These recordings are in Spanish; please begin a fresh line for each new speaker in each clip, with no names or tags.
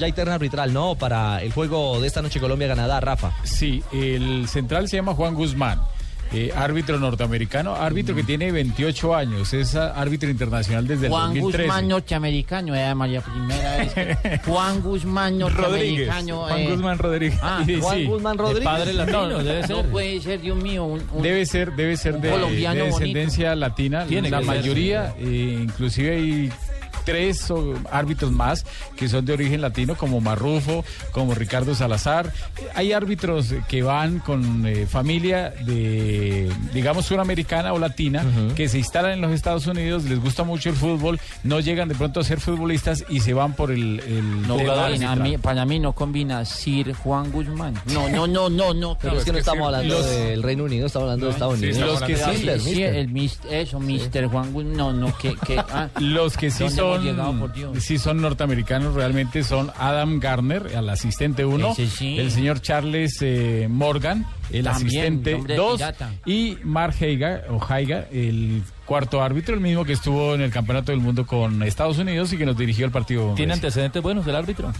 Ya hay terna arbitral, ¿no? Para el juego de esta noche Colombia-Canadá, Rafa.
Sí, el central se llama Juan Guzmán. eh, árbitro norteamericano, árbitro que tiene 28 años, es ah, árbitro internacional desde el
Juan
2013.
Guzmán norteamericano, era María Primera vez. que- Juan Guzmán
Rodríguez.
norteamericano.
Juan
eh,
Guzmán Rodríguez.
Ah,
Sí,
Juan
sí,
Guzmán
de
Rodríguez.
Padre latino,
no,
debe ser.
puede ser, Dios mío, un, un-
Debe ser, debe ser
Un
de,
colombiano
de descendencia latina.
Tiene
la
que ser,
mayoría, eh, inclusive hay tres o, árbitros más que son de origen latino, como Marrufo, como Ricardo Salazar. Hay árbitros eh, que van con eh, familia de, digamos, suramericana o latina, que se instalan en los Estados Unidos, les gusta mucho el fútbol, no llegan de pronto a ser futbolistas y se van por el... el
No,
tema
para
arbitral.
mí, para mí no combina Sir Juan Guzmán. No, no, no, no, no.
Pero es que no estamos hablando
los-
del Reino Unido, estamos hablando de Estados
sí,
Unidos.
estamos
los que
hablando
sí, mister,
de-
sí,
mister.
el mis- eso, Mister Juan Guzmán. No, no, que. que ah,
Los que sí
¿Dónde hemos
son,
llegado, por Dios?
sí son norteamericanos realmente son Adam Garner, el asistente 1,
Ese sí.
el señor Charles eh, Morgan, el
También,
asistente
nombre de
2,
pirata.
y Mark Heiga, o Heiga, el cuarto árbitro, el mismo que estuvo en el Campeonato del Mundo con Estados Unidos y que nos dirigió el partido.
¿Tiene
pues,
antecedentes buenos el árbitro?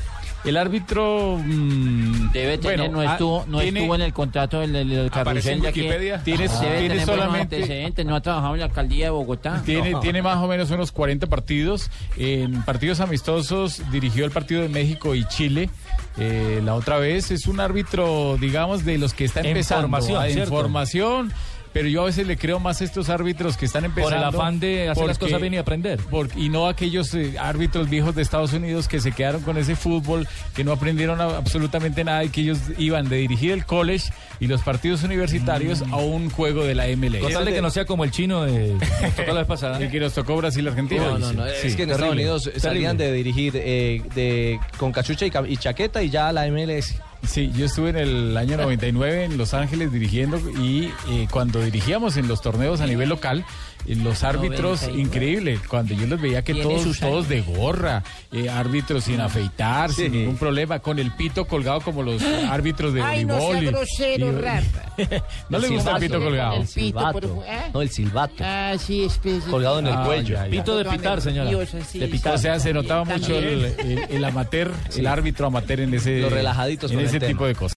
El árbitro... mm,
debe tener,
bueno,
no,
ah,
estuvo, no
tiene-
estuvo en el contrato del, del- del
Aparece en
carrusel de aquí. Ah,
Wikipedia.
Debe
Tiene- tiene
tener buenos
solamente-
antecedentes, no ha trabajado en la alcaldía de Bogotá.
Tiene, tiene más o menos unos 40 partidos. En partidos amistosos dirigió el partido de México y Chile. Eh, la otra vez es un árbitro, digamos, de los que está
En
empezando.
formación,
ah, en
¿cierto?
formación, Pero yo a veces le creo más a estos árbitros que están
Por
empezando.
el afán de hacer las
porque-
cosas bien y aprender.
por- y no aquellos eh, árbitros viejos de Estados Unidos que se quedaron con ese fútbol, que no aprendieron a- absolutamente nada y que ellos iban de dirigir el college y los partidos universitarios
Mm.
a un juego de la MLE.
Con tal de que no sea como el chino de nos tocó la vez pasada.
El que nos tocó Brasil-Argentina.
No, no, no, es que en Estados Unidos salían de dirigir eh, de, con cachucha y, ca- y chaqueta y ya a la MLS.
Sí, yo estuve en el año 99 en Los Ángeles dirigiendo y eh, cuando dirigíamos en los torneos a nivel local, eh, los árbitros,
99.
increíble, cuando yo los veía que
Tiene
todos,
sus
todos de gorra, eh, árbitros
Mm.
sin afeitar, sin ningún problema, con el pito colgado como los árbitros de
Ay, no
voleibol.
sea
y-
grosero,
y-
Rafa.
no le gusta el
silbato.
pito colgado. Ah,
El pito, por favor, ¿eh?
No, el silbato.
Ah, sí, especie.
Colgado en el
Ah,
cuello.
ya, ya.
Pito de pitar, señora.
De
O sea, se notaba mucho el, el- el amateur, el árbitro amateur en ese,
Los relajaditos
en
con
ese
el tema.
tipo de cosas.